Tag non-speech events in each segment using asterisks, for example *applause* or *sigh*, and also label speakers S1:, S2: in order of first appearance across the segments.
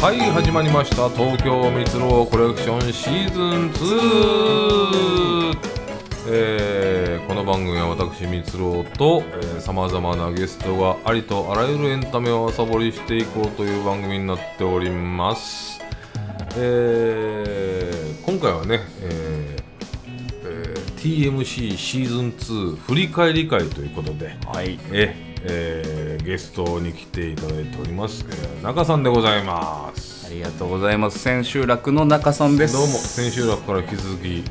S1: はい始まりました東京蜜ろコレクションシーズン2、えーこの番組は私蜜ろとさまざまなゲストがありとあらゆるエンタメを朝掘りしていこうという番組になっております、えー今回はね、えーえー TMC シーズン2振り返り会ということで、
S2: はい。
S1: ええーゲストに来ていただいております、えー中さんでございます
S2: ありがとうございます。千秋楽の中さんです。
S1: どうも千秋楽から引き続き、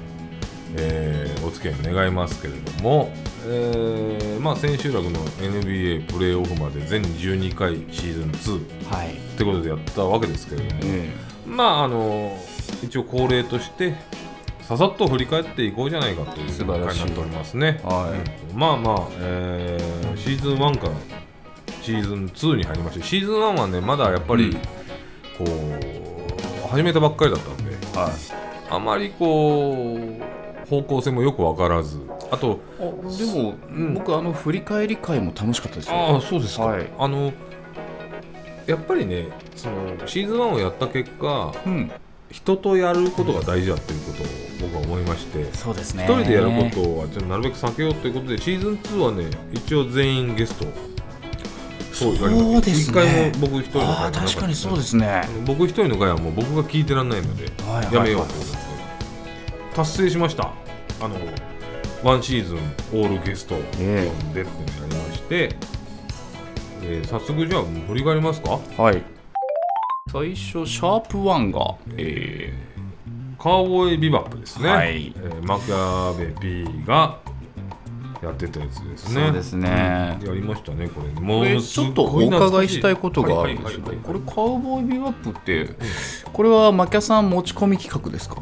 S1: えーお付き合い願いますけれども、えーまあ、千秋楽の NBA プレーオフまで全12回シーズン2
S2: はい。
S1: ってことでやったわけですけれども、まああの一応恒例としてささっと振り返っていこうじゃないかという
S2: 素
S1: 回
S2: 晴
S1: にな
S2: らしい
S1: っておりますね。
S2: は
S1: うんまあまあ、えーシーズン1からシーズン2に入りましてシーズン1はねまだやっぱり、
S2: うん
S1: こう始めたばっかりだったんで
S2: は
S1: あまりこう方向性もよく分からずあと
S2: い。あでも、
S1: ん
S2: 僕あの振り返り会も楽しかったですよ。
S1: ああそうですか、
S2: はい
S1: あのやっぱりねそのシーズン1をやった結果
S2: うん。
S1: 人とやることが大事だっていうことを僕は思いまして
S2: そうですね。
S1: 一人でやることはちょっとなるべく避けようということでシーズン2はね一応全員ゲストそうやりました
S2: そうで
S1: 一
S2: すね
S1: 回も僕一人の会
S2: あ
S1: はな
S2: あ
S1: かった
S2: 確かにそうですね。
S1: 僕一人の会はもう僕が聞いてらんないので
S2: はいはいはい
S1: やめようってことで達成しましたあのワンシーズンオールゲスト
S2: え
S1: でっていうのをやりまして、えー早速じゃあもう振り返りますか
S2: えはい。最初シャープワンが、え
S1: カーボーイビバップですね、
S2: はい
S1: えーマキャベ P がやってたやつです
S2: ー
S1: ね
S2: そうですね。
S1: やりましたねこれも
S2: これ
S1: う
S2: ち
S1: す
S2: ょっと
S1: ご
S2: お
S1: 懐
S2: 伺
S1: か
S2: い
S1: し
S2: したいことがあるんですけど、これカウボーイビバップって、これはマキャさん持ち込み企画ですか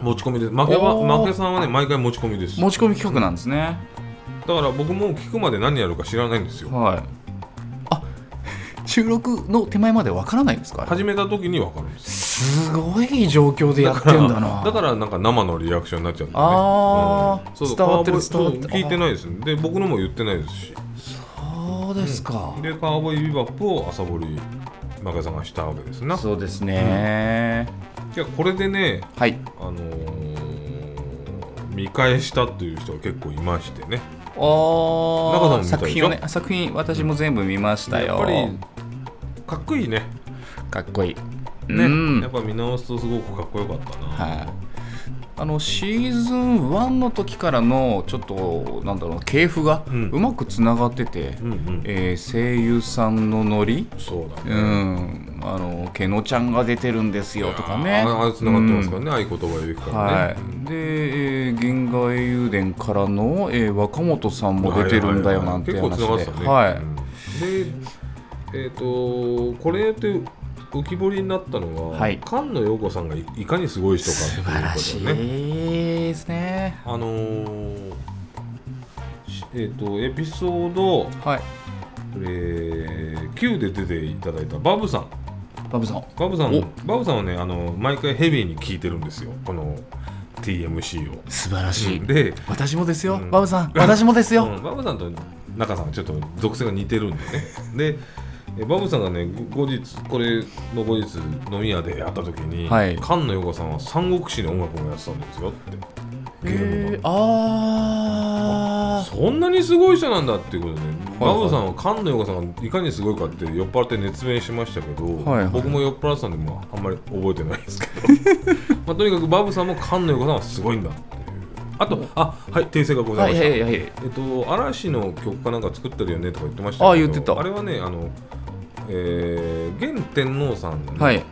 S1: 持ち込みです負けは
S2: おー
S1: 負けさんはね毎回持ち込みですだ
S2: 持ち込み企画なんですね。
S1: から僕も聞くまで何やるか知らないんですよ
S2: はい。あ、収録の手前までわからないですか。
S1: 始めた時に分かるんです
S2: すごい状況でやってんだな。
S1: だからなんか生のリアクションになっちゃうんだよね
S2: あー
S1: そうそう
S2: 伝わってる
S1: カーボーイ
S2: 伝わってる
S1: そう聞いてないですで僕のも言ってないですし
S2: そうですか。
S1: でカーボーイビバップを朝掘り負けさんがしたわけですな
S2: そうですね。
S1: じゃあこれでね
S2: はい。
S1: あのー見返したという人が結構いましてね中
S2: ああ、
S1: さんも
S2: 作
S1: 見たでしょ
S2: 品をね、作品私も全部見ました
S1: や
S2: よ。
S1: っぱりかっこいいね
S2: かっこいい。
S1: ね、
S2: うん
S1: やっぱ見直すとすごくかっこよかったな、
S2: はい。あのシーズン1の時からのちょっとなんだろう系譜が
S1: うん
S2: うまくつながってて、
S1: うんうん
S2: えー声優さんのノリ、
S1: そうだ
S2: う
S1: ね、
S2: ん、あのけのちゃんが出てるんですよとかね。
S1: ああつながってますからね、合言葉より
S2: うん
S1: から
S2: は
S1: ね、
S2: い、で、えー銀河英雄伝からの、えー若本さんも出てるんだよなんて
S1: 結構
S2: 話
S1: つ
S2: で、
S1: ながってたね、
S2: は
S1: うんでえっ、とこれって浮き彫りになったのは、
S2: はい
S1: 菅野陽子さんがいいかにすごい人かっていうことだよね
S2: い、素晴らしいですね。
S1: あのーしえっ、とエピソード、
S2: はい、
S1: えー、9で出ていただいたバブさん
S2: バブさん、
S1: バブさ
S2: お
S1: んバブさんはねあの毎回ヘビーに聞いてるんですよこの TMC を。
S2: 素晴らしい。
S1: で、
S2: 私もですよ、
S1: うん
S2: バブさん、私もですよ。
S1: *laughs* うんバブさんと中さんはちょっと属性が似てるんでね。でえバブさんがねご後日これの後日飲み屋で会った時に、
S2: はい
S1: 菅野陽子さんは「三国志」の音楽もやってたんですよってゲームの
S2: えー、あ
S1: そんなにすごい人なんだっていうことで、
S2: はい
S1: バブさんは菅野陽子さんがいかにすごいかって酔っ払って熱弁しましたけど、
S2: はいはい
S1: 僕も酔っ払ってたんで、まあ、あんまり覚えてないですけど、
S2: *laughs*
S1: まあ、とにかくバブさんも菅野陽子さんはすごいんだっていうあとあはい訂正がご
S2: ー、
S1: ざ
S2: はいい
S1: まし
S2: は
S1: た、
S2: いはいはい。
S1: えっと、嵐の曲かなんか作ってるよねとか言ってましたけど
S2: あ言ってた
S1: あれはねあの、えー、現天皇さん
S2: は
S1: の
S2: い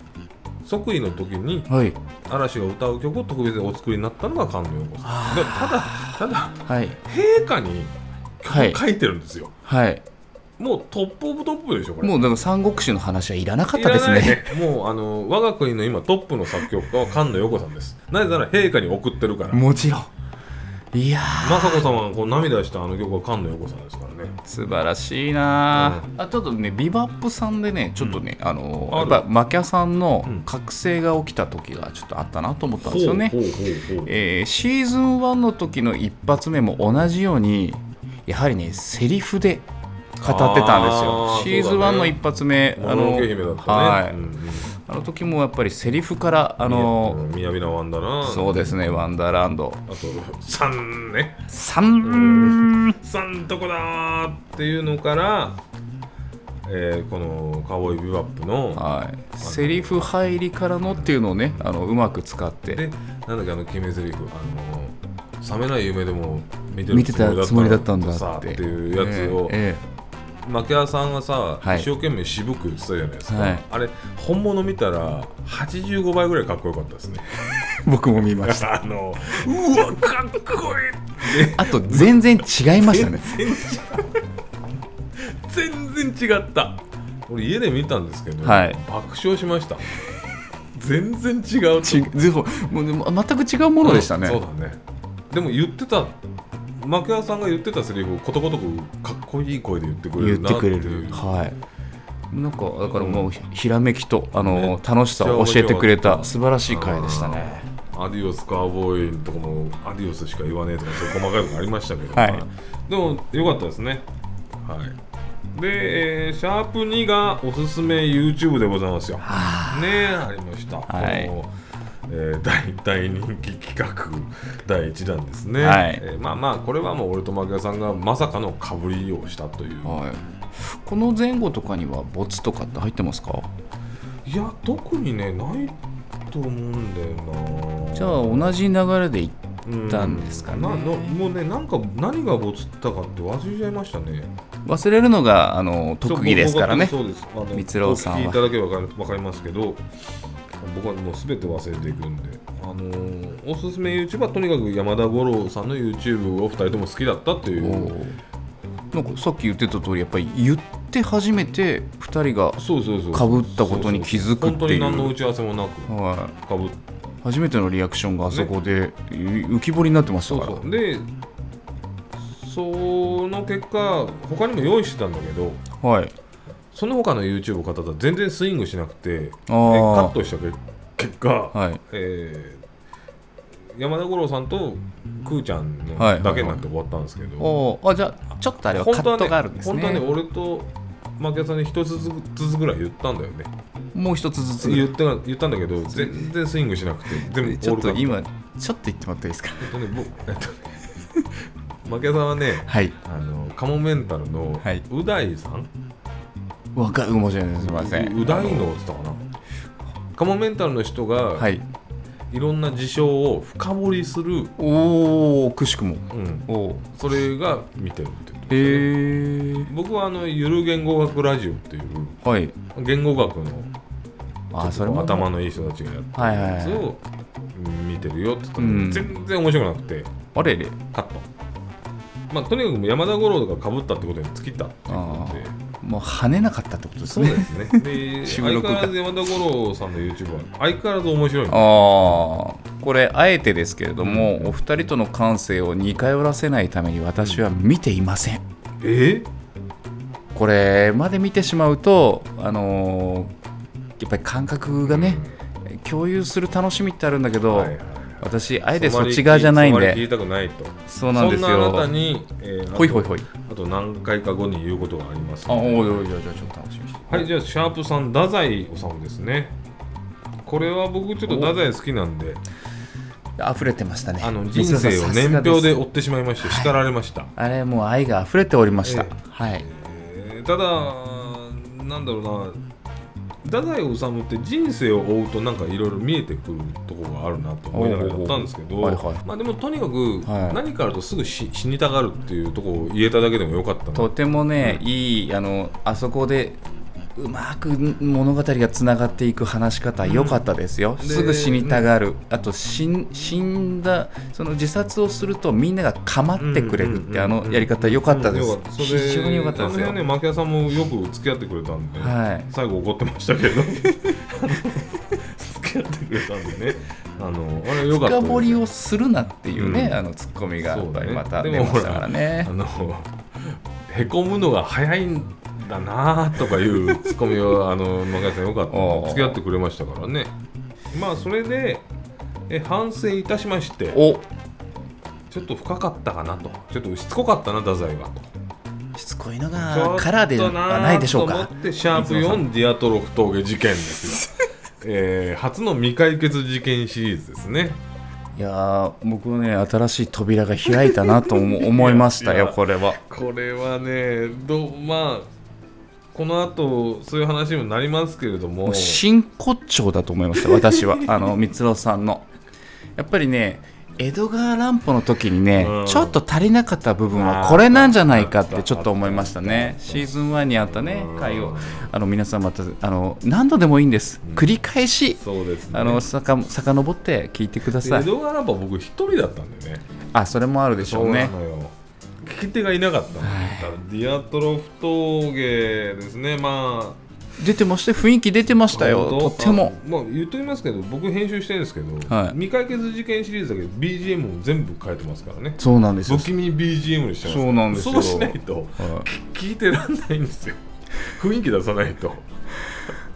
S1: 即位の時に、
S2: はい
S1: 嵐が歌う曲を特別にお作りになったのが菅野陽子さんでただただ
S2: はい
S1: 陛下に
S2: はい
S1: 書いてるんですよ、
S2: はい。
S1: もうトップオブトップでしょこれ
S2: もうだから三国志の話はいらなかっ
S1: い
S2: た
S1: ら
S2: です
S1: ない
S2: ね。
S1: ねもうあの我が国の今トップの作曲家は菅野陽子さんですなぜなら陛下に送ってるから
S2: もちろん。いやー
S1: 雅子様がこう涙したあの曲は菅野陽子さんですからね
S2: 素晴らしいなあ、あちょっとねビバップさんでねちょっとね、あの
S1: あ
S2: やっ
S1: る
S2: ぱマキャさんの
S1: うん
S2: 覚醒が起きた時がちょっとあったなと思ったんですよね、
S1: ほうほうほうほう
S2: えーシーズン1の時の一発目も同じようにやはりねセリフで語ってたんですよ
S1: あー
S2: シーズン
S1: そうだ
S2: 1
S1: ね
S2: の一発目、
S1: あの姫だった
S2: はい
S1: ね、うん
S2: あの時もやっぱりセリフからあ
S1: う
S2: の
S1: ん、雅なワンだな
S2: そうですね「ワンダーランド
S1: あと3ね」
S2: さん
S1: 3とこだーっていうのから、えーこのカウボーイビバップの
S2: はいセリフ入りからのっていうのをねあのうまく使って
S1: でなんだっけあの決め台詞あのー冷めない夢でも見て
S2: 見てた
S1: る
S2: つもりだったんだ
S1: さ
S2: って
S1: っていうやつを、
S2: え
S1: マキアさんがさ、
S2: はい
S1: 一生懸命渋く言ってたじゃないですか、
S2: はい
S1: あれ本物見たら85倍ぐらいかっこよかったですね *laughs*
S2: え僕も見ました
S1: あのうわかっこいい
S2: あと全然違いましたね
S1: 全然違った俺家で見たんですけど、
S2: はい
S1: 爆笑しました *laughs* 全然違うと
S2: ちずほもうでも全く違うものでしたね、
S1: そうだねでも言ってたマキアさんが言ってたセリフをことごとくかっこいい声で言ってくれ
S2: 言っ
S1: るな
S2: て
S1: って
S2: く
S1: い
S2: れ
S1: う
S2: るはいなんかだからもうひひらめきとあ
S1: めっ
S2: の
S1: ちゃ
S2: 楽しさを教えてくれた素晴らしい回でしたね
S1: アディオスカーボーイのとこもアディオスしか言わねえとかそういう細かいとこありましたけど、
S2: はい
S1: まあでも良かったですねはいで、えーシャープ2がおすすめ YouTube でございますよねえありました、
S2: はい
S1: このえー大大人気企画第1弾ですね、
S2: はい
S1: えーまあまあこれはもう俺とマキアさんがまさかのかぶりをしたという
S2: はいこの前後とかにはボツとかって入ってますか
S1: いや特にねないと思うんだよな
S2: じゃあ同じ流れでい
S1: た
S2: たんですかね
S1: ななもうねなんか何がボツったかって忘れちゃいましたね
S2: 忘れるのがあの特技ですからね
S1: そうですあの
S2: 光郎さんは
S1: お聞きいただければわかりわかりますけど僕はもう全て忘れていくんであのーおすすめ YouTuber はとにかく山田五郎さんの YouTube を2人とも好きだったってい
S2: お
S1: う
S2: ーなんかさっき言ってた通りやっぱり言って初めて2人が、
S1: そうそうそう
S2: 被ったことに気づくっていう
S1: 本当に何の打ち合わせもなく
S2: は
S1: かぶっ
S2: い、初めてのリアクションがあそこでい浮き彫りになってましたから
S1: でその結果他にも用意してたんだけど
S2: はい
S1: その他の YouTube の方とは全然スイングしなくて
S2: あ
S1: で
S2: ー
S1: カットした結結果、
S2: はい
S1: えー山田五郎さんとくーちゃんの
S2: はいはいはい
S1: だけになって終わったんですけど、
S2: おーあじゃあちょっとあれはカ
S1: 本当
S2: ッ
S1: は
S2: ト
S1: ね
S2: があるんですね
S1: 本当はね俺と牧田さんに一つずつぐらい言ったんだよね
S2: もう一つずつ
S1: 言ってな言ったんだけど全然スイングしなくて全部
S2: ちょっと
S1: オール
S2: 今ちょっと言ってもらっていいですか
S1: カットで僕えっとね牧田さんはね
S2: はい
S1: あのカモメンタルの
S2: はいう
S1: 大さん、
S2: わかる申し訳ないすいません
S1: う大のって言ったかなカモメンタルの人が、
S2: はい
S1: いろんな事象を深掘りする、
S2: おおくしくも
S1: うん、
S2: おー
S1: それが見てるってこと
S2: へえ
S1: ですね、
S2: ー、
S1: 僕はあのゆる言語学ラジオっていう
S2: はい
S1: 言語学の
S2: あーそれも
S1: 頭のいい人たちがやって
S2: はいはい
S1: るやつ
S2: はい
S1: を見てるよって言った
S2: う
S1: の
S2: ん
S1: 全然面白くなくて
S2: あれれ
S1: カット、まあ、とにかく山田五郎がかぶったってことに尽きたっていうことで
S2: もう跳ねなかったってことです
S1: そうで
S2: ね
S1: す
S2: *laughs*
S1: ねで
S2: 収
S1: 相変
S2: 録
S1: わ
S2: が
S1: らず山田五郎さんの YouTube は相変わらず面白いの
S2: ああこれあえてですけれども、お二人との感性を似通らせないために私は見ていません
S1: え
S2: これまで見てしまうとあのーやっぱり感覚がね、共有する楽しみってあるんだけど、
S1: はいはい
S2: 私あえてそっち側じゃないん
S1: 染まり聞
S2: で
S1: いたくないと
S2: そうなんです
S1: そんなあなた
S2: よ
S1: に、えー
S2: ほいほいほい
S1: あと何回か後に言うことがあります
S2: あ
S1: の
S2: お
S1: で、
S2: いおいおいおいちょっと楽しみにして
S1: はい、じゃあ、シャープさん、太宰治ですね。これは僕、ちょっと太宰好きなんで、
S2: 溢れてましたね
S1: あの人生を年表で追ってしまいまして、
S2: はい
S1: 叱られました。
S2: あれもう愛が溢れておりました、
S1: ええ
S2: はい
S1: えーただ、なんだろうな、太宰治って人生を追うと、なんかいろいろ見えてくるところがあるなと思いながらやったんですけど、
S2: おうおうおうはいはい
S1: まあ、でもとにかく、
S2: はい
S1: 何かあるとすぐ死死にたがるっていうところを言えただけでもよかったな
S2: とてもね、いいあのあそこでうまく物語がつながっていく話し方良かったですよ、
S1: です
S2: ぐ死にたがる、あと死ん死んだその自殺をするとみんなが構ってくれるって、
S1: うんうんうん
S2: あのやり方良かったです、
S1: よかったそれ
S2: 非常に良かったです
S1: あの
S2: よ、
S1: 辺ね、マキアさんもよく付き合ってくれたんで、
S2: はい
S1: 最後怒ってましたけど。けやってくれたんでねあのあれよかった
S2: 深
S1: です
S2: 掘りをするなっていうね、
S1: うん
S2: あのツッコミがやっぱりまた
S1: そうね
S2: 出
S1: でも
S2: ましたからね
S1: あのへこむのが早いんだなとかいうツッコミはあの漫画家さんよかった
S2: おう
S1: 付き合ってくれましたからねまあそれでえ反省いたしまして
S2: お
S1: ちょっと深かったかなとちょっとしつこかったな太宰がと
S2: しつこいの
S1: ちょっ
S2: が
S1: と
S2: カラーではないでしょう
S1: なー
S2: か
S1: と思ってシャープ4ディアトロフ峠事件です
S2: *laughs*
S1: よえー初の未解決事件シリーズですね
S2: いやー僕はね新しい扉が開いたなと思思いました
S1: *laughs* い
S2: よ
S1: や
S2: これは
S1: これはねどうまあこの後そういう話にもなりますけれども
S2: もう真骨頂だと思
S1: *laughs*
S2: いました私はあの光郎さんのやっぱりね江戸川乱歩の時にね、
S1: うん
S2: ちょっと足りなかった部分はこれなんじゃないかってちょっと思いましたねシーズン1にあったね
S1: うん
S2: 回をあの皆さんまたあの何度でもいいんです繰り返し、
S1: そうですね
S2: あのさか遡って聞いてくだ
S1: で
S2: さ
S1: 江
S2: い
S1: 戸川乱歩は僕一人だったんでね
S2: あそれもあるでしょうね
S1: そうなのよ聞き手がいなかったのだからディアトロフ峠ですねまあ
S2: 出てましたよ雰囲気出てましたよ
S1: 本当
S2: とっても
S1: あまあ言っときますけど僕編集してるんですけど、
S2: はい
S1: 未解決事件シリーズだけど BGM を全部変えてますからね
S2: そうなんです
S1: 不
S2: よ
S1: 気味 BGM にしてます
S2: そうなんですよ
S1: そうしないと
S2: はい
S1: 聞いてらんないんですよ雰囲気出さないと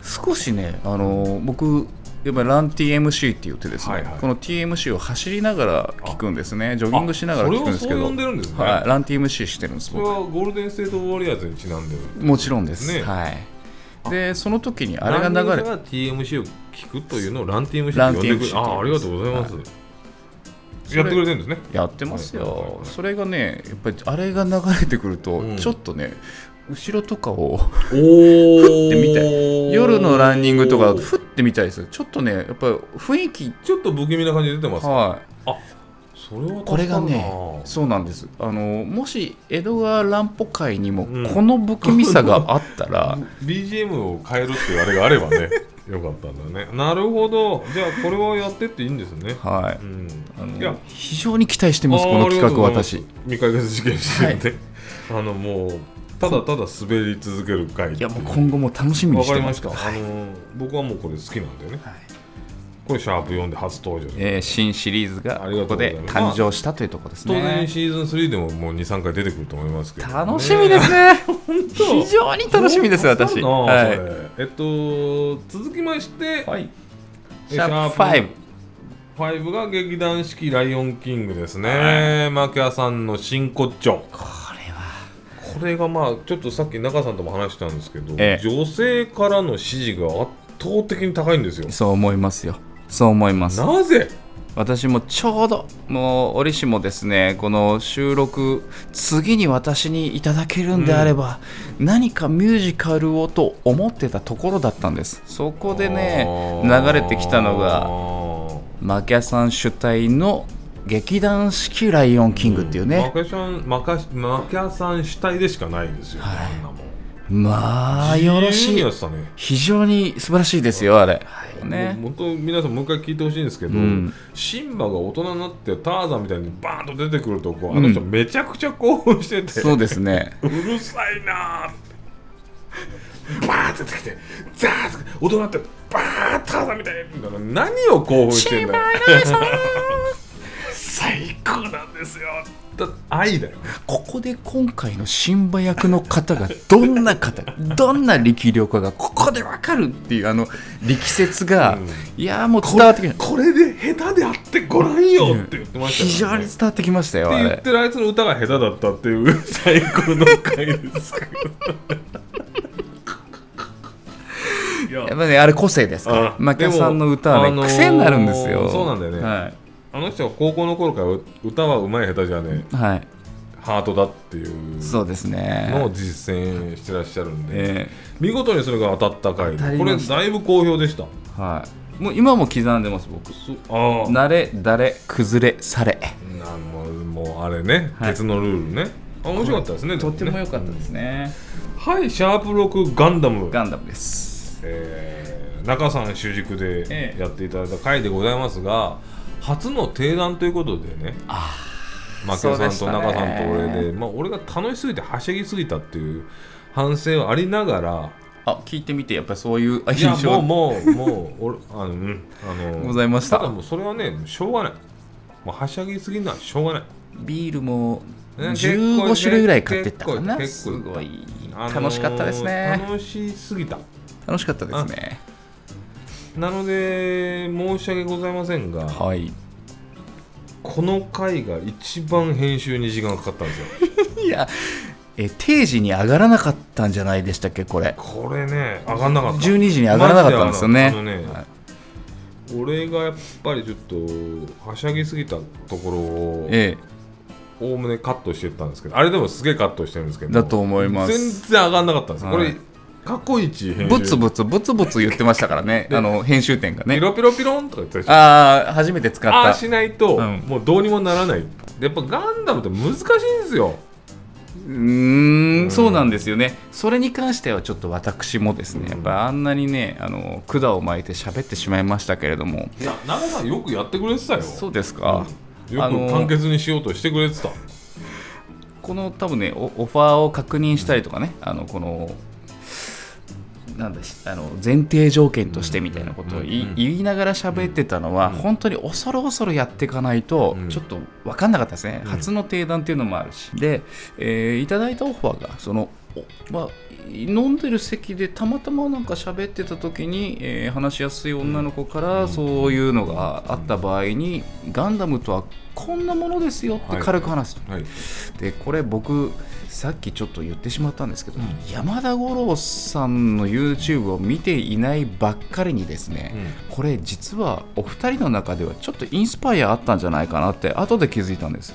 S2: 少しね、あのー僕やっぱりラン TMC って言ってですね、
S1: はいはい
S2: この TMC を走りながら聞くんですねジョギングしながら
S1: あそれ
S2: 聞くん
S1: を
S2: です
S1: そ
S2: け
S1: う
S2: ど
S1: 呼んでるんですね、
S2: はい、ラン TMC してるんです
S1: それ
S2: 僕
S1: はゴールデン・ステート・ウォリアーズにちなんでる
S2: もちろんです、
S1: ね
S2: はい、でその時にあれが流
S1: ラン
S2: れ
S1: ニングが TMC を聞くというのをラン TMC
S2: ラン
S1: と呼んでく
S2: TMC
S1: ああありがとうございます、
S2: は
S1: やってくれてるんですね
S2: やってますよ、
S1: はいはいはい
S2: それがねやっぱりあれが流れてくると、
S1: うん
S2: ちょっとね後ろとかを
S1: お
S2: ーって見た夜のランニングとかだと
S1: ち
S2: ふってみたいですよちょっとねやっぱり雰囲気
S1: ょっと不気味な感じ出てますか
S2: はい
S1: それは
S2: これが
S1: 助か
S2: ね
S1: るな
S2: そうなんですあのもし江戸川乱歩会にも
S1: うん
S2: この不気味さがあっ
S1: *laughs*
S2: たら
S1: BGM を変えるっていうあれがあればねよかったんだねなるほどじゃあこれはやってっていいんですね、
S2: はい
S1: うん
S2: あ
S1: いや
S2: の非常に期待して
S1: あ
S2: ます
S1: ー
S2: この企
S1: ありがとうご
S2: 画
S1: ざいます
S2: 私い
S1: 未解決事件シリーズで、あのもうただただ滑り続ける回
S2: やもう今後も楽しみに
S1: わ
S2: し
S1: か
S2: て
S1: り
S2: ま
S1: ますした、
S2: はい
S1: あの僕はもうこれ好きなんだよね
S2: はい
S1: これシャープ4で初登場で、
S2: えー新シリーズが
S1: ありがとう
S2: こ
S1: ご
S2: こ
S1: ざい
S2: で
S1: ます
S2: 誕生したというところです
S1: 当然
S2: ね
S1: シーズン3でももう23回出てくると思いますけどね、
S2: 楽しみです *laughs* ね
S1: 当
S2: 非常に楽しみです
S1: あ
S2: 私
S1: ー
S2: は
S1: それえっと続きまして、
S2: いはい
S1: え
S2: シャープ5
S1: ファイブが劇団四季「ライオンキング」ですね、マキアさんの真骨頂
S2: これは
S1: これがまあちょっとさっき中さんとも話したんですけど、
S2: ええ
S1: 女性からの支持が圧倒的に高いんですよ
S2: そう思いますよそう思います
S1: なぜ
S2: 私もちょうどもう折しもですねこの収録次に私にいただけるんであれば、何かミュージカルをと思ってたところだったんですそこでね
S1: あー
S2: 流れてきたのがマキャさん主体の劇団四季ライオンキングっていうね、
S1: マキャさんマカマキャさん主体でしかないですよ、
S2: はい
S1: あんなもん
S2: まあよ
S1: 自
S2: ろ
S1: 由
S2: し
S1: に
S2: い
S1: やってたね
S2: 非常に素晴らしいですよあれ、ね
S1: もう本当皆さんもう一回聞いてほしいんですけど、
S2: うん
S1: シンバが大人になってターザンみたいにバーンと出てくるとこうあの人めちゃくちゃ興奮してて、
S2: そうですね
S1: うるさいなーってバーって出てきてザーって大人になってバーッターザンみたいにだから何を興奮してんだよ最高なんですよだ愛だよ
S2: ここで今回のシンバ役の方がどん
S1: *laughs*
S2: な方どんな力量かがここでわかるっていうあの力説が、
S1: うん
S2: いやーもう伝わってきまし
S1: これで下手であってごらんよって言ってま
S2: た
S1: した
S2: 非常
S1: からね
S2: に伝わってきましたよ
S1: っ
S2: あ
S1: て言っ
S2: れ
S1: てるあいつの歌が下手だったっていう最高の回ですけどい
S2: や
S1: や
S2: っぱねあれ個性ですから
S1: あ
S2: マキャさんの歌
S1: で
S2: は
S1: もあのー
S2: ね癖になるんですよ
S1: そうなんだよね
S2: は
S1: あの人は高校の頃からう歌はうまい下手じゃね
S2: い、はい、
S1: えハートだっていう
S2: そうです
S1: のを
S2: ね
S1: 実践してらっしゃるんで、
S2: え
S1: 見事にそれが当たった回
S2: 当た
S1: で
S2: り
S1: これ
S2: ました
S1: だいぶ好評でした
S2: えはいもう今も刻んでます僕
S1: そああな
S2: 慣れだれ崩れされ
S1: もうもうあれね
S2: はい
S1: 鉄のルールね、あ面白かったですね
S2: とっても良かったたですね
S1: はいシャープ6ガンダム
S2: ガンダムです
S1: えー中さん主軸で
S2: ええ
S1: やっていただいた回でございますが、初の定談ということでねマキオ
S2: そう
S1: さん
S2: でし
S1: と
S2: たね
S1: 中さんと俺で、まあ、俺が楽しすぎてはしゃぎすぎたっていう反省はありながら
S2: あ聞いてみてやっぱりそういうあ
S1: いや
S2: 印
S1: も
S2: 象
S1: うもうもう俺 *laughs* あのうんあの
S2: ございました
S1: ただもうそれはねしょうがないもうはしゃぎすぎるのはしょうがない
S2: ビールも
S1: ね
S2: 15種類ぐらい買ってったかな
S1: 結
S2: す
S1: 構結構
S2: ごい
S1: あのー
S2: 楽しかったですね
S1: 楽しすぎた
S2: 楽しかったですね
S1: なので申し訳ございませんが、
S2: はい
S1: この回が一番編集に時間がかかったんですよ
S2: いやえ定時に上がらなかったんじゃないでしたっけこれ
S1: これね上がんなかった
S2: 12時に上がらなかったんですよね
S1: マジで上がらなかったあのね俺がやっぱりちょっとはしゃぎすぎたところを
S2: え
S1: おおむねカットしてったんですけどあれでもすげえカットしてるんですけ
S2: え
S1: ど
S2: だと思いま
S1: 全
S2: す
S1: 然上がんなかったんですよ、
S2: は
S1: こ
S2: い
S1: れ過去一編集
S2: ブツブツブツブツ言ってましたからねあの編集点が
S1: ピ
S2: ね
S1: ロピロピロンとか言ってたでしょ
S2: ああ初めて使っ
S1: ああ
S2: た
S1: しないと、
S2: うん
S1: もうどうにもならないやっぱガンダムって難しいんですよ
S2: うーんそうなんですよね、それに関してはちょっと私もですね、やっぱあんなにね、あの管を巻いて喋ってしまいましたけれども、
S1: いや長さんよくやってくれてたよ
S2: そうですか、
S1: うんよ
S2: あの
S1: く簡潔にしようとしてくれてた、
S2: この多分ねオ、オファーを確認したりとかね、あのこの、なんだしあの前提条件としてみたいなことを言い,、
S1: うん
S2: 言いながら喋ってたのは、本当に恐る恐るやっていかないと、
S1: うん
S2: ちょっと分かんなかったですね、
S1: うん
S2: 初の提談っていうのもあるし、で、えーいただいたオファーが、その、おまあ、飲んでる席でたまたまなんか喋ってた時に、えー話しやすい女の子からそういうのがあった場合に、ガンダムとはこんなものですよって軽く話すと、
S1: はい、
S2: でこれ僕さっきちょっと言ってしまったんですけど、山田五郎さんの YouTube を見ていないばっかりにですね、これ実はお二人の中ではちょっとインスパイアあったんじゃないかなって後で気づいたんです、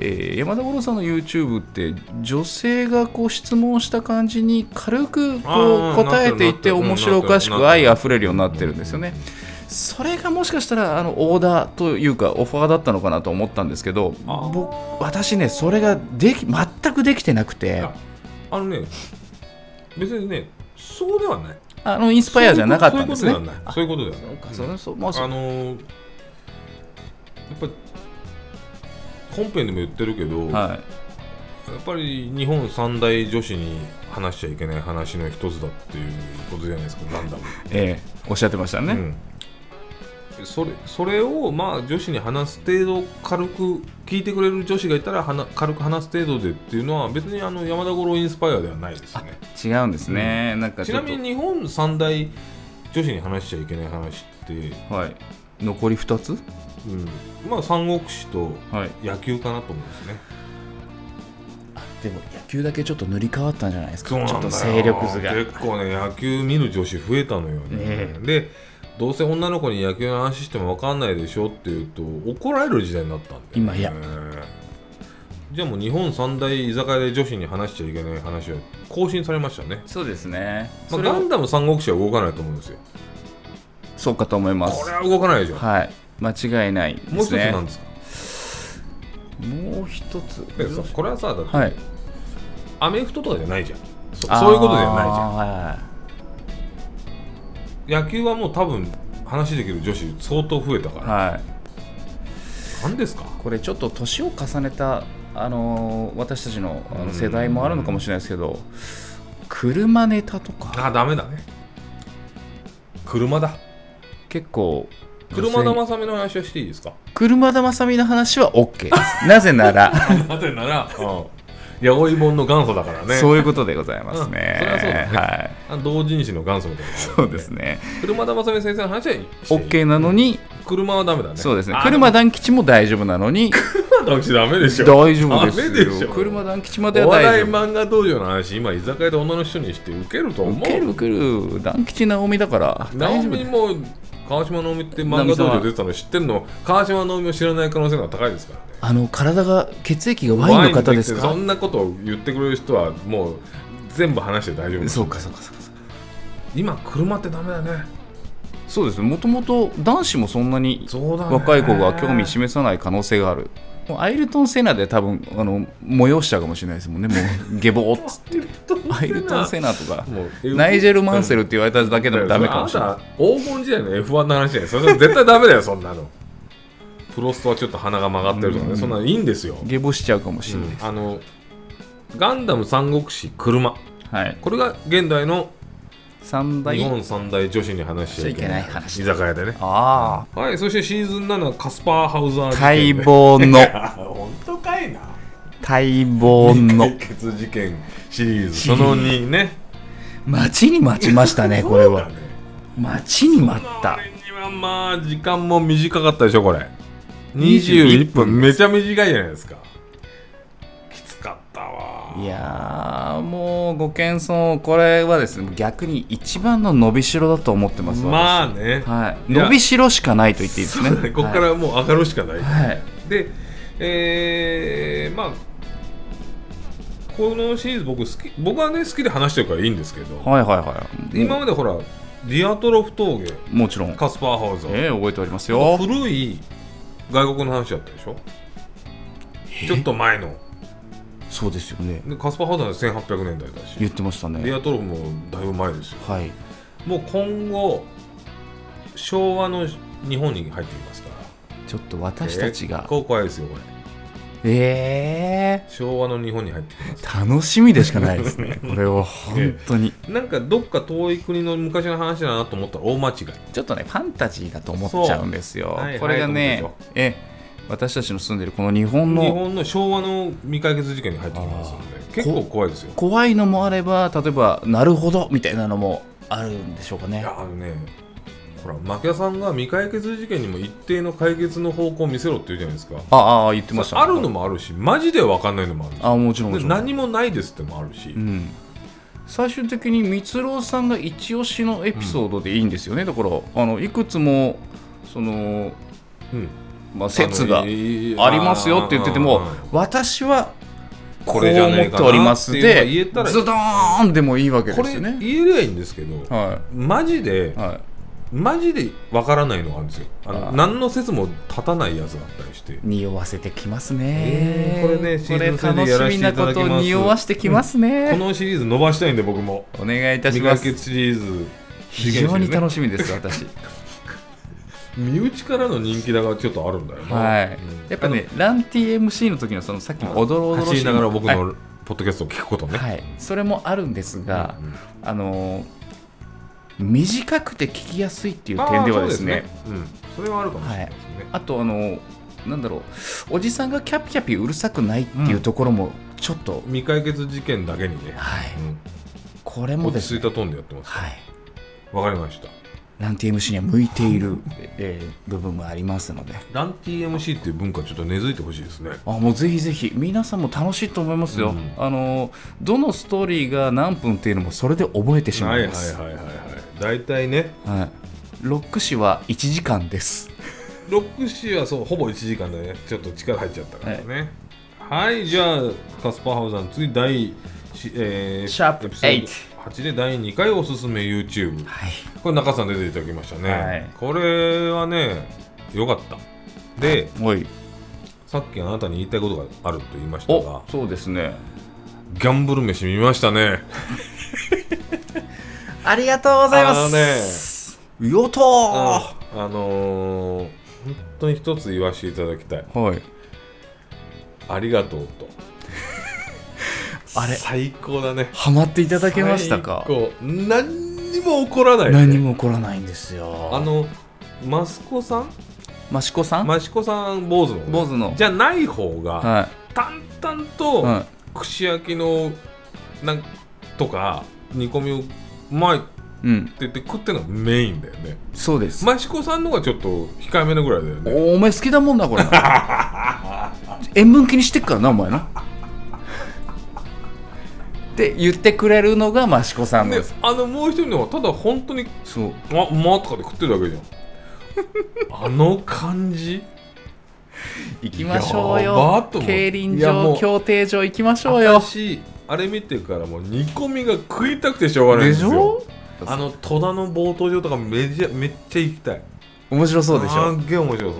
S1: う
S2: えー山田五郎さんの YouTube って女性がこう質問した感じに軽くこ
S1: あー
S2: う答えていって
S1: なってる
S2: 面白おかし
S1: なっ
S2: く
S1: てる
S2: 愛あふれるようになってるんですよねそれがもしかしたらあのオーダーというかオファーだったのかなと思ったんですけど
S1: あー
S2: 僕私ねそれができ全くできてなくて
S1: ん、あのね別にねそうではない
S2: あのインスパイアじゃなかったんですね
S1: そういうことではないそういうことではない
S2: あそうかそうそうまあそ
S1: あ
S2: う
S1: のーやっぱり本編でも言ってるけど、
S2: はい
S1: やっぱり日本三大女子に話しちゃいけない話の一つだっていうことじゃないですかガンダム
S2: ええおっしゃってましたね、
S1: うん、それそれをまあ女子に話す程度軽く聞いてくれる女子がいたらはな軽く話す程度でっていうのは別にあの山田五郎インスパイアではないですね
S2: 違うんですね、なんか
S1: ち
S2: ちょ
S1: な
S2: っと
S1: みに日本三大女子に話しちゃいけない話って、
S2: はい残り2つ
S1: うん、まあ三国志と
S2: はい
S1: 野球かなと思うんですね
S2: でも野球だけちょっと塗り替わったんじゃないですか
S1: そうなんだ
S2: ちょ
S1: よ
S2: っと勢力図が
S1: 結構ね野球見る女子増えたのよね
S2: ね
S1: でどうせ女の子に野球の話しても分かんないでしょっていうと怒られる時代になったんだよ、ね、
S2: 今や
S1: じゃあもう日本三大居酒屋で女子に話しちゃいけない話は更新されましたね、
S2: そうですね、
S1: まあ、
S2: それを
S1: ガンダム三国志は動かないと思うんですよ
S2: そうかと思いま
S1: これ
S2: す
S1: は動かないでしょ、
S2: はい間違いないで
S1: もう一
S2: す
S1: つ
S2: ね
S1: なんですか
S2: もう一つ
S1: えそうこれはさだって
S2: はい
S1: アメフトとかじゃないじゃんそそういうことじゃないじゃん
S2: ゃ
S1: 野球はもう多分話できる女子相当増えたから、
S2: はい、はい
S1: 何ですか
S2: これちょっと年を重ねた、あのー私たちのあの世代もあるのかもしれないですけど車ネタとか
S1: あダメだね車だ
S2: 結構
S1: 車田
S2: 女性に
S1: 正美の話をしていいです *laughs* か
S2: 車田正美の話は OK
S1: *laughs*
S2: ですなぜなら、
S1: なぜなら、うん、ヤゴイ本の元祖だからね
S2: そういうことでございます
S1: うんそれはそうだ
S2: ね、
S1: ね
S2: はい
S1: あ同人誌の元祖みたいな
S2: そうですね
S1: 車田正美先生の話は
S2: OK なのに、
S1: 車はダメだね
S2: そうですね
S1: あ
S2: 車団吉も大丈夫なのに
S1: 車の話ダメでしょ
S2: 大丈夫です
S1: ダメでしょ
S2: よ。車団吉まで
S1: お
S2: は
S1: 笑い
S2: 大丈夫。
S1: 漫画道場の話今居酒屋で女の人にしてウケると思う
S2: 受ける受ける。団吉直美だから。
S1: 直
S2: 大丈夫
S1: 美
S2: だよ
S1: も川島直美って漫画道場出てたの知ってんの川島直美を知らない可能性が高いですからね
S2: あの体が血液がワインの方です
S1: ワイ
S2: か
S1: ン。にできてそんなことを言ってくれる人はもう全部話して大丈夫です
S2: そうかそうかそうかそうか。
S1: 今車ってダメだね
S2: そうですね。もともと男子もそんなに
S1: そうだね
S2: 若い子が興味示さない可能性がある。もうアイルトン・セナで多分あの催しちゃうかもしれないですもんね。もう *laughs* ゲボーっつって。アイルトン・セナとか。
S1: もう
S2: ナイジェル・マンセルって言われただけでもダメかもしれない。
S1: あなた黄金時代の F1 の話だよそれは絶対ダメだよそんなのプロストはちょっと鼻が曲がってるとかね、
S2: うん
S1: そんなのいいんですよ、
S2: ゲボしちゃうかも
S1: う
S2: しれない
S1: ん
S2: です。
S1: あのガンダム三国志車
S2: はい。
S1: これが現代の
S2: 三大
S1: 日本三大女子に話しちゃいけない
S2: しちゃいけない話
S1: 居酒屋でね
S2: あ
S1: はいそしてシーズン7カスパーハウザー
S2: あ
S1: 事件
S2: 待望
S1: *laughs*
S2: の
S1: 本当かいな
S2: *laughs* 待望の
S1: 解決事件シリーズその2ね
S2: 待ちに待ちましたねこれ *laughs* は
S1: そうだね
S2: 待ちに待った
S1: この割にはまあ時間も短かったでしょこれ
S2: 21
S1: 21
S2: 分
S1: 分めちゃ短いじゃないですかきつかったわ
S2: いやーもうご謙遜これはですね逆に一番の伸びしろだと思ってます
S1: まあ
S2: あ、
S1: ね
S2: はい、
S1: いや
S2: 伸びしろしかないと言っていいですね
S1: そうだねここからもう上がるしかない、
S2: はい、はい
S1: でえー、まあこのシリーズ僕好き僕はね好きで話してるからいいんですけど、
S2: はいはいはい
S1: 今までほらディアトロフ峠
S2: もちろん
S1: カスパーハウザー
S2: ええ覚えておりますよ
S1: 古い外国の話だったでしょちょっと前の
S2: そうですよね
S1: でカスパーハウザーは1800年代だし
S2: 言ってました
S1: リ
S2: ね
S1: アトロフもだいぶ前ですよ
S2: はい
S1: もう今後昭和の日本に入ってきますから
S2: ちょっと私たちが
S1: 結構怖いですよこれ
S2: ええ
S1: 昭和の日本に入ってきま
S2: 楽しみでしかないです
S1: *laughs*
S2: ねこれは本当に
S1: すなんかどっか遠い国の昔の話だなと思ったら大間違い
S2: ちょっとねファンタジーだと思っちゃうんですよ、
S1: そうはい
S2: これがね、
S1: はい思う
S2: ええ私たちの住んでるこの日本
S1: 日
S2: の
S1: 本の昭和の未解決事件に入ってきますので結構怖いですよ
S2: 怖いのもあれば例えばなるほどみたいなのもあるんでしょうか
S1: い
S2: ね
S1: やあのねほら牧田さんが未解決事件にも一定の解決の方向を見せろって言うじゃないですか
S2: ああ言ってました
S1: あるのもあるしマジで分かんないのもあるし
S2: あもちろんもち
S1: で
S2: ろん
S1: 何もないですってもあるし、
S2: うん、最終的に光郎さんが一押しのエピソードでいいんですよね、だからあのいくつもその、
S1: うん
S2: まあ、説があ
S1: の
S2: り
S1: い
S2: ますよって言ってて
S1: あ
S2: も
S1: ー
S2: 私はこ
S1: こ
S2: れ
S1: れ
S2: じ
S1: じ
S2: ゃ
S1: ゃ
S2: ね
S1: ねえ
S2: え
S1: か
S2: かな
S1: な
S2: 思っております
S1: って
S2: で
S1: いうのが言えたら
S2: ズドーンでもいいわけ
S1: こ
S2: で
S1: れ
S2: すよ
S1: 言
S2: ね。
S1: えりゃいいんですけど、
S2: は
S1: マジで
S2: い、はい
S1: マジでわからないのがあるんですよあの
S2: あー
S1: 何の説も立たないやつがあったりして
S2: 匂わせてきますね
S1: ね。これねシーズン
S2: これ
S1: 3でやらせ
S2: 楽して
S1: い
S2: み
S1: ただ
S2: な
S1: きます
S2: ことを匂わしてきますね
S1: こ。のシリーズ伸ばしたいんで僕も
S2: お願いいたし
S1: 未
S2: ま
S1: 解
S2: す。
S1: 決シリーズ
S2: 非常に楽
S1: し
S2: しみで
S1: *laughs*
S2: す、私。
S1: 身内からの人気だがちょっとあるんだよな、
S2: はい
S1: うん。
S2: やっぱね、ラン TMC の時のそのさっきのおどろおどろしい
S1: 走りながら僕
S2: はい
S1: のポッドキャストを聞くことね、
S2: はい、それもあるんですが、
S1: うんうん
S2: あのー短くて聞きやすいっていう点ではですね
S1: あーそうですね、うん、それはあるかもしれないですね、
S2: あとあのーなんだろうおじさんがキャピキャピうるさくないっていうところもちょっと、
S1: 未解決事件だけにね、
S2: はい
S1: うん
S2: これもで
S1: 落
S2: す
S1: ち着
S2: ね
S1: いたトーンでやってます
S2: はい
S1: わかりました
S2: ラン TMC には向いている、えー部分もありますので
S1: ラン TMC っていう文化ちょっと根付いてほしいですね
S2: あもうぜひぜひ皆さんも楽しいと思いますよ、
S1: うん
S2: あのーどのストーリーが何分っていうのもそれで覚えてしま
S1: はいいはい
S2: ま
S1: はい
S2: す、
S1: はいはい大体ね
S2: はいロック誌は1時間です
S1: ロックシーはそうほぼ1時間でねちょっと力入っちゃったからねはい、じゃあカスパーハウザーの次第しえー、
S2: シャープ
S1: エピソード
S2: 8
S1: 8で第2回おすすめ YouTube
S2: はい
S1: これ中さん出ていただきましたね、
S2: はい
S1: これはねよかったで
S2: おい
S1: さっきあなたに言いたいことがあると言いました
S2: お
S1: が
S2: そうですね
S1: ギャンブル飯見ましたね
S2: ありがとうご
S1: ざいます。
S2: よとー
S1: あのー、本当に一つ言わせていただきたい
S2: はい。
S1: ありがとうと
S2: あれ
S1: 最高だね
S2: ハマっていただけましたか
S1: 最高何にも起こらない、
S2: 何も起こらないんですよ。
S1: あのマスコさん
S2: マシコさん
S1: マシコさん坊主の方ね
S2: 坊主の
S1: じゃない方が
S2: は
S1: 淡々
S2: い。は
S1: と串焼きのなんとか煮込みをうまいって
S2: い。うん。
S1: 言って食ってるのがメインだよね
S2: そうです。
S1: マシコさんのがちょっと控えめなぐらいだよね
S2: おお前好きだもんな、これ。 *laughs* 塩分気にしてっからな、お前な。 *laughs* って言ってくれるのがマシコさん
S1: で
S2: です。
S1: あのもう一人のはただ本当に
S2: そう。
S1: 「あまあ」とかで食ってるだけじゃ
S2: *laughs*
S1: んあの感じ
S2: 行きましょう
S1: やば
S2: よ
S1: っ。と思う
S2: 競輪
S1: いやも
S2: 場、
S1: う
S2: 競艇場行きましょうよ。
S1: 私あれ見てからもう煮込みが食いたくてしょうがないんですよあの戸田の冒頭場とかめちゃめっちゃ行きたい
S2: 面白そうでしょ
S1: すっげえ面白そ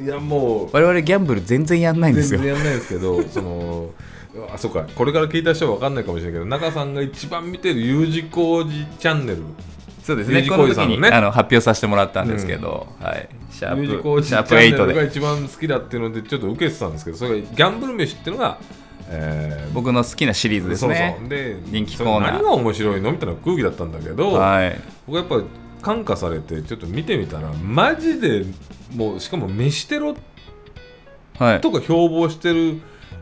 S1: ういやもう
S2: 我々ギャンブル全然やんないんで
S1: 全
S2: す
S1: 然
S2: よ
S1: やんないですけ
S2: *laughs*
S1: どそのあそうかこれから聞いた人は分かんないかもしれないけど中さんが一番見てる U 字工事チャンネル
S2: そうですね
S1: U 字
S2: この
S1: 工事
S2: 時
S1: さんの
S2: に
S1: ね
S2: あの発表させてもらったんですけど、はいシャ
S1: U 字
S2: ー
S1: 工
S2: プ
S1: 事
S2: シ
S1: チ
S2: ャープ
S1: ャンネ
S2: 8
S1: ルが
S2: で
S1: 一番好きだっていうのでちょっと受けてたんですけどそれがギャンブル飯っていうのが、ええー
S2: 僕の好きなシリーズですね
S1: そうそうで
S2: 人気コーナー
S1: それ何が面白いのみたいな空気だったんだけど、
S2: はい
S1: 僕やっぱ感化されてちょっと見てみたらマジでもうしかも飯テロ
S2: はい
S1: とか標榜してる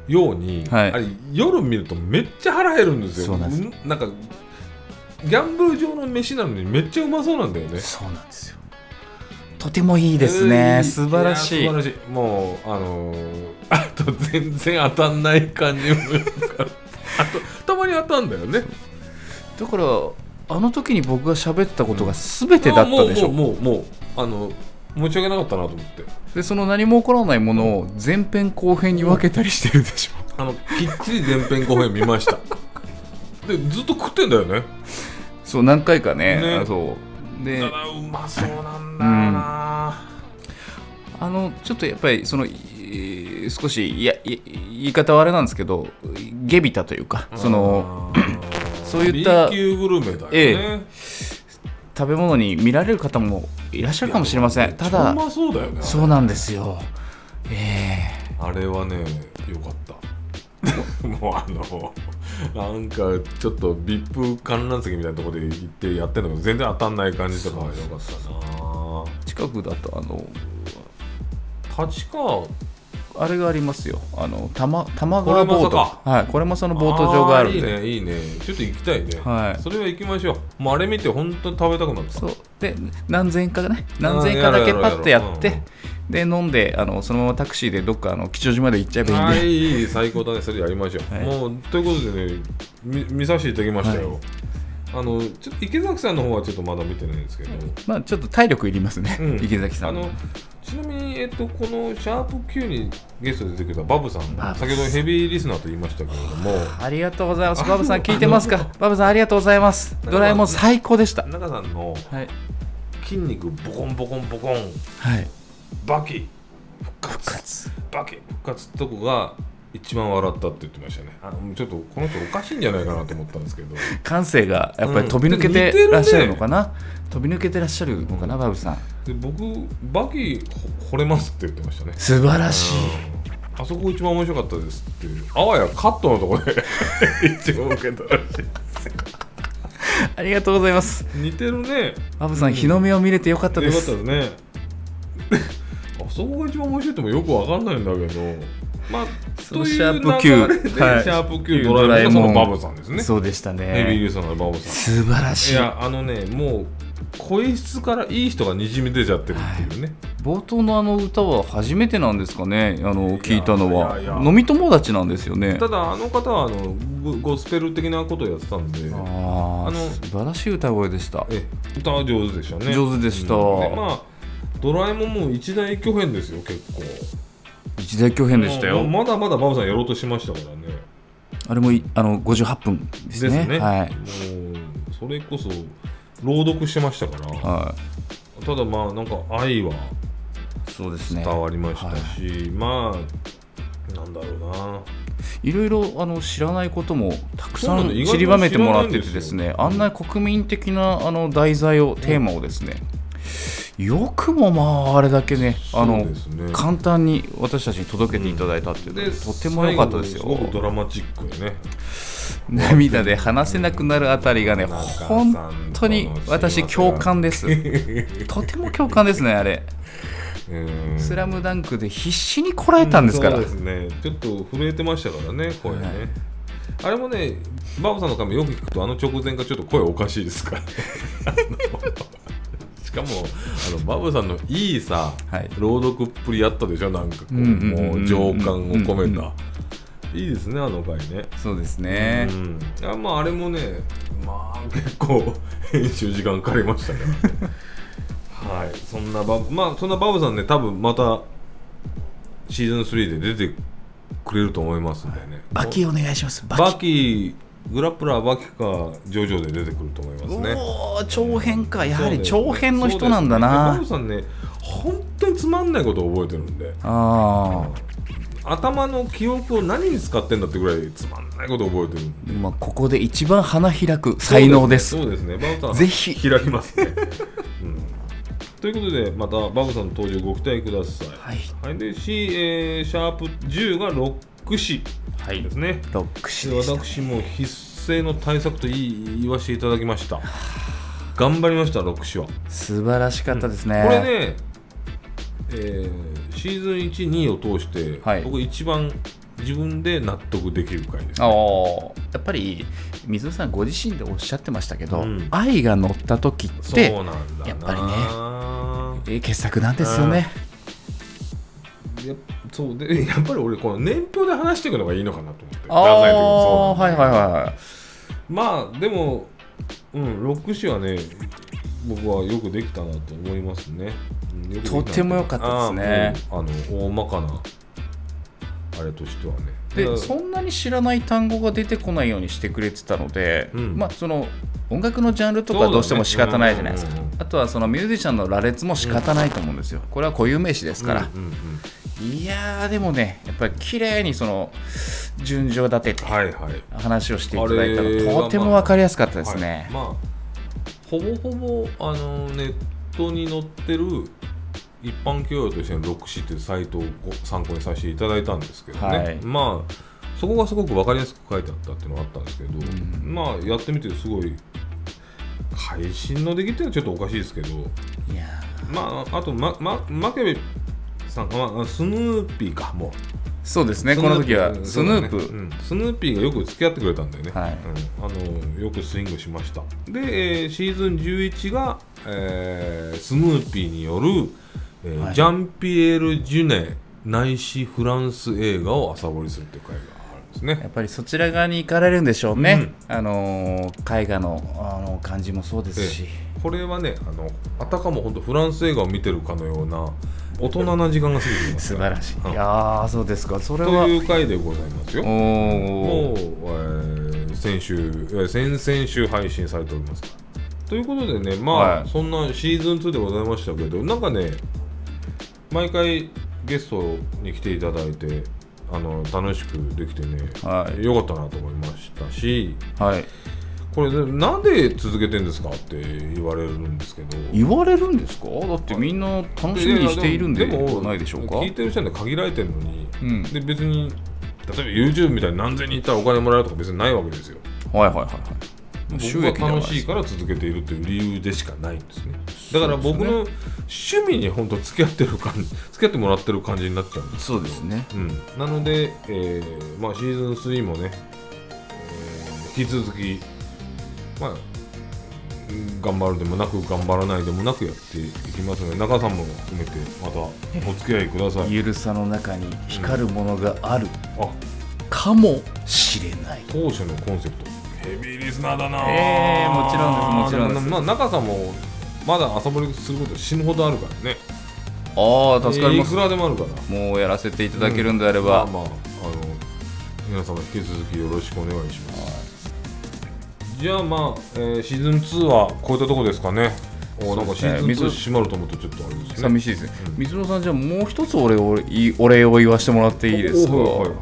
S1: ように、
S2: はい
S1: あれ夜見るとめっちゃ腹減るんですよ
S2: そうなんです
S1: なんかギャンブル上の飯なのにめっちゃうまそうなんだよね
S2: そうなんですよとてもいいですね、
S1: えー
S2: 素晴らしい
S1: や素晴らしいもうあのーあと全然当たんない感じもあとたまに当たんだよね
S2: だからあの時に僕が喋ってたことが全てだったでしょ、
S1: もうもうもうもうあの申し訳なかったなと思って
S2: でその何も起こらないものを前編後編に分けたりしてるでしょ、
S1: あのきっちり前編後編見ましたでずっと食ってんだよね
S2: *laughs* そう何回かね
S1: ね
S2: あそう
S1: た
S2: で
S1: だうまそうなんだよな、
S2: あのちょっとやっぱりそのいい少しいやい言い方はあれなんですけど下びたというかその
S1: あー
S2: そういった
S1: B 級グルメだよね、
S2: え食べ物に見られる方もいらっしゃるかもしれませんた
S1: う
S2: だ
S1: まそうだよね
S2: そうなんですよえ
S1: あれはねよかった *laughs* もうあのなんかちょっと VIP 観覧席みたいなところで行ってやってんだけど全然当たんない感じとかよかっ
S2: え近くだとあの
S1: たな立川
S2: あれがありますよあの玉玉
S1: これ
S2: 川
S1: ま
S2: ボ
S1: さ
S2: ート
S1: か
S2: はいこれもそのボート場があるんで
S1: ーいいねいいねちょっと行きたいね、
S2: はい
S1: それは行きましょうもうあれ見て本当に食べたくなった
S2: そうで何千かね何千かだけパッとやっ
S1: うん
S2: てで飲んであのそのままタクシーでどっかあの吉祥寺まで行っちゃえばいいん
S1: は
S2: で、
S1: いいい最高だねそれやりましょう、
S2: はい
S1: もうということでねみ見させていただきましたよ、あのちょっと池崎さんの方はちょっとまだ見てないんですけど、
S2: まあちょっと体力いりますね、
S1: うん
S2: 池崎さ
S1: あ
S2: ん
S1: のちなみに、えっと、このシャープ Q にゲストで出てくれたバブさん
S2: バブさん
S1: 先ほどヘビーリスナーと言いましたけれども
S2: ありがとうございますバブさん聞いてますかバブさんありがとうございますドラえもん最高でした
S1: 中さんの
S2: はい
S1: 筋肉ボコンボコンボコン
S2: はい
S1: バキ復活バキ復活ってとこが一番笑ったって言ってましたねあもうちょっとこの人おかしいんじゃないかなと思ったんですけど
S2: 感性がやっぱり飛び抜け
S1: うん似て
S2: て
S1: るね
S2: らっしゃるのかな、飛び抜けてらっしゃるのかな、バブさん
S1: で僕バキほ惚れますって言ってましたね
S2: 素晴らしい
S1: あそこ一番面白かったですっていうあわやカットのとこで *laughs* 一番受けたらしい
S2: ありがとうございます
S1: 似てるね
S2: バブさん、
S1: うん
S2: 日の目を見れてよかったです
S1: よかったですねあそこが一番面白いってもよくわかんないんだけどまあ
S2: その
S1: という
S2: シャープ Q
S1: 流れで
S2: はい
S1: シャープ Q ドラえもんのバブさんですね
S2: そうでした
S1: ヘビー
S2: ね
S1: リスナーのバブさ
S2: 素晴ら
S1: ん
S2: し
S1: い
S2: い
S1: やあのねもう声質からいい人がにじみ出ちゃってるっていうね、
S2: 冒頭のあの歌は初めてなんですかねあの聞いたのはい
S1: やいやいや
S2: 飲み友達なんですよね
S1: ただあの方はあのゴゴスペル的なことをやってたんで
S2: あ
S1: あ
S2: あ
S1: の
S2: 素晴らしい歌声でした
S1: ええ歌は上手でしたね
S2: 上手でした
S1: うんでまあドラえもんも一大巨編ですよ結構
S2: 一大巨変でしたよ
S1: まあまだまだバブさんやろうとしましたからね
S2: あれもいあの58分ですねはい、
S1: もうそれこそ朗読してましたから
S2: は、
S1: ただまあなんか愛はい
S2: そうですね
S1: 伝わりましたし、まあなんだろうない
S2: ろいろあの知らないこともたく
S1: そう
S2: さ
S1: なん
S2: ん
S1: だ意外と
S2: 散りばめてもらっててです
S1: 知
S2: ね
S1: らない
S2: あ
S1: んです
S2: ん
S1: よ
S2: な国民的なあの題材をテーマをですねよくもまああれだけねあの
S1: そうですね
S2: 簡単に私たちに届けていただいたっていうのは、とても良かったですよ
S1: 最後すごくドラマチックでね
S2: 涙で話せなくなるあたりがね
S1: 中さん
S2: 本当に私共感です *laughs* とても共感ですねあれ
S1: う
S2: 「
S1: ん
S2: スラムダンクで必死にこらえたんですから、
S1: そうですねちょっと震えてましたからね声ね、
S2: はい
S1: あれもねバブさんの髪よく聞くとあの直前がちょっと声おかしいですからねあのしかもあのバブさんのいいさ、
S2: はい
S1: 朗読っぷりあったでしょなんかこう,、
S2: うんうんうんうん
S1: もう情感を込めた、
S2: うんうん
S1: いいですねあの回ね
S2: そうですね、
S1: うん、あまああれもねまあ結構編集時間かかりま
S2: *laughs*
S1: したけどはいそんなバブまあそんなバブさんね多分またシーズン3で出てくれると思いますんでね、
S2: バキお願いしますバキ
S1: バキグラップラーバキかジョジョで出てくると思いますね
S2: おお長編かやは
S1: そ
S2: り
S1: うですね
S2: 長編の人なんだな、
S1: そうですねでバブさんね本当につまんないことを覚えてるんで
S2: あ
S1: 頭の記憶を何に使ってんだってぐらいつまんないことを覚えてるんで
S2: あ、まあ、ここで一番花開く才能です
S1: そうですね。そうですねバブさん
S2: ぜひ
S1: 開きます *laughs* ね。うんということでまたバブさんの登場ご期待ください。
S2: はい
S1: はい、で C、えーシャープ10がロックシ
S2: はい
S1: ですね。
S2: ロックシ
S1: で
S2: でした
S1: 私も必須の対策と言い言わせていただきま
S2: *sighs*
S1: した。頑張りました、ロックシは。
S2: 素晴らしかったですね、
S1: これね、えーシーズン1、2を通して、
S2: はい
S1: 僕一番自分で納得できる回です。
S2: あーやっぱり水野さんご自身でおっしゃってましたけど、
S1: うん
S2: 愛が乗った時っ
S1: そう
S2: て
S1: なんだな。
S2: やっぱりえー傑作なんですよね、
S1: やそうで *laughs* やっぱり俺この年表で話していくのがいいのかなと思って
S2: あ
S1: 考えてる
S2: あ
S1: のそう
S2: は
S1: な
S2: い
S1: んだ
S2: はいはい
S1: まあでもうんロック誌はね僕はよくできたなと思いますね、うんよくできたな
S2: とても良かったですね
S1: あーもうあの大まかなあれとしてはね
S2: で
S1: だ
S2: そんなに知らない単語が出てこないようにしてくれてたので、
S1: うん
S2: まあその音楽のジャンルと
S1: そうだ
S2: か
S1: ね
S2: どうしても仕方ないじゃないですか、
S1: うんうんうん
S2: あとはそのミュージシャンの羅列も仕方ないと思うんですよ、これは固有名詞ですから
S1: う、んうんうん
S2: いやーでもねやっぱり綺麗にその順序立てて
S1: はいはい
S2: 話をしていただいた
S1: あれはまあ
S2: のとても分かりやすかったですね、
S1: はいまあほぼほぼあのネットに載ってる一般教養としてのロック誌っていうサイトをご参考にさせていただいたんですけどね、
S2: はい
S1: まあそこがすごく分かりやすく書いてあったっていうのがあったんですけど、
S2: ん
S1: まあやってみてすごい会心の出来っていうのはちょっとおかしいですけど
S2: い、やー
S1: まああとままマケベさんか、まあ、スヌーピーかもう
S2: そうですね
S1: ス
S2: こ
S1: ヌー
S2: の時
S1: ピ
S2: は
S1: ー
S2: スヌープ、
S1: うんスヌーピーがよく付き合ってくれたんだよね、
S2: はい
S1: うんあのよくスイングしましたで、えーシーズン11が、えースヌーピーによる、えー
S2: はい
S1: ジャンピエール・ジュネないしフランス映画を朝掘りするっていう回があるんです
S2: や
S1: ね
S2: っぱりそちら側に行かれるんでしょうね、あのー絵画のあの感じもそうですし、
S1: これはねあのあたかも本当フランス映画を見てるかのような大人な時間が過ぎています
S2: *laughs* 素
S1: から
S2: 晴らしい、
S1: うん
S2: いやーそうですかそれは
S1: という回でございますよ
S2: お
S1: もう、
S2: お
S1: えー先週、えー先々週配信されておりますからということでねまあ、
S2: はい
S1: そんなシーズン2でございましたけどなんかね毎回ゲストに来ていただいてあの楽しくできてね、
S2: はい
S1: よかったなと思いましたし
S2: はい
S1: これねなんで続けてんですかって言われるんですけど
S2: 言われるんですかだってみんな楽しみにしているんで
S1: ややも
S2: ないでしょうか
S1: 聞いてる人には限られてるのに、
S2: うん
S1: で別に例えば YouTube みたいに何千人いったらお金もらえるとか別にないわけですよ
S2: はいはいはいはい
S1: 僕が楽しいから続けているという理由でしかないんですねだから僕の趣味に本当付き合ってる感じ *laughs* 付き合ってもらってる感じになっちゃうんです、
S2: そうですね
S1: うん、なので、えーまあ、シーズン3もね、えー引き続き、まあ、うん頑張るでもなく頑張らないでもなくやっていきますので中さんも含めてまたお付き合いください
S2: ゆるさの中に光るものがある
S1: あ
S2: かもしれない、
S1: 当初のコンセプトヘビーリスナーだな
S2: ええもちろんですもちろんです
S1: まあ中さんもまだ朝掘りすること死ぬほどあるからね
S2: ああ助かります、
S1: いくらでもあるから
S2: もうやらせていただけるんであれ
S1: まあ
S2: ば、
S1: まああの皆様引き続きよろしくお願いしますじゃあまあ、えーシーズン2はこういったとこですかねおなんかシーズン
S2: そう
S1: 2
S2: です
S1: 閉まると思うとちょっとあれですね
S2: 寂しいですね、水野さんじゃあもう一つお礼をいお礼を言わしてもらっていいですか、
S1: おはいはいはい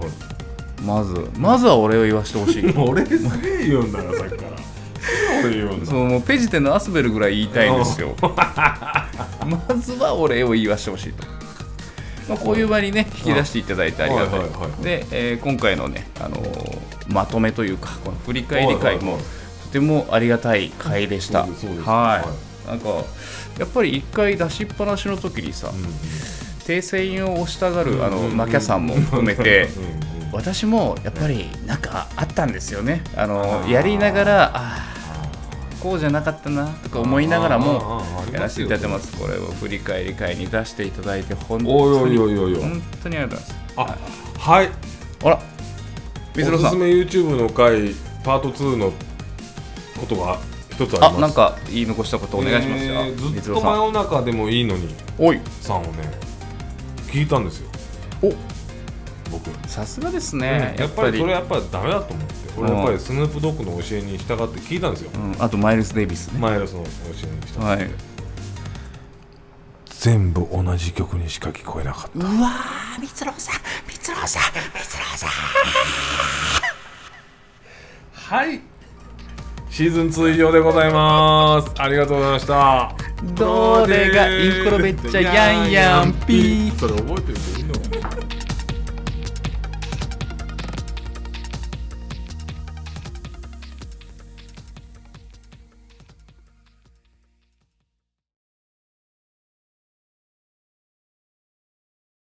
S2: まずまずはお礼を言わしてほし
S1: *laughs*
S2: い
S1: 俺すげえ言うんだよさっきからすげえ俺言うん
S2: そうもうペジテのアスベルぐらい言いたいんですよ *laughs* まずはお礼を言わしてほしいと、まあ、こういう場にね引き出していただいてありがた
S1: はい
S2: い,、
S1: はいはいはい
S2: で、えー今回のね、あのーまとめというかこの振り返り
S1: はい
S2: 会
S1: はいは
S2: も
S1: い
S2: とてもありがたい会でした
S1: そうですそうですは
S2: はいなんかやっぱり一回出しっぱなしの時にさ、訂正印を押したがるあのマキャさんも含
S1: *laughs*
S2: めて
S1: うんうんうん
S2: 私もやっぱりなんかあったんですよねあの
S1: あー
S2: やりながらあーこうじゃなかったなとか思いながら
S1: あ
S2: も
S1: ーあーあー
S2: やらせていただいてますこれを振り返り会に出していただいて本
S1: お
S2: 当
S1: い
S2: に
S1: おいおいおいおい
S2: 本当にありがとうございます
S1: あはい
S2: あら水野
S1: おす
S2: さ
S1: す
S2: ん
S1: め YouTube の回パート2のことが一つあります
S2: あなんか言い残したことお願いしますよ、
S1: えーず
S2: 水
S1: っ
S2: 野
S1: と
S2: さ
S1: 真
S2: ん
S1: 夜中でもいいのに
S2: おい
S1: さんをね聞いたんですよ
S2: お
S1: 僕、
S2: さすがですね、
S1: うんやっぱりそれやっぱりダメだと思って俺
S2: うん
S1: やっぱりスヌープドッグの教えに従って聞いたんですよ、
S2: うん、あとマイルス・デイビスね
S1: マイルスの教えに従って、
S2: はい
S1: 全部同じ曲にしか聞こえなかった
S2: うわー、みつろうさん、みつろうさん、みつろうさん。
S1: はいシーズン2以上でございますありがとうございました
S2: どれがインコロベッチャヤンヤンピー
S1: それ覚えてる人いいの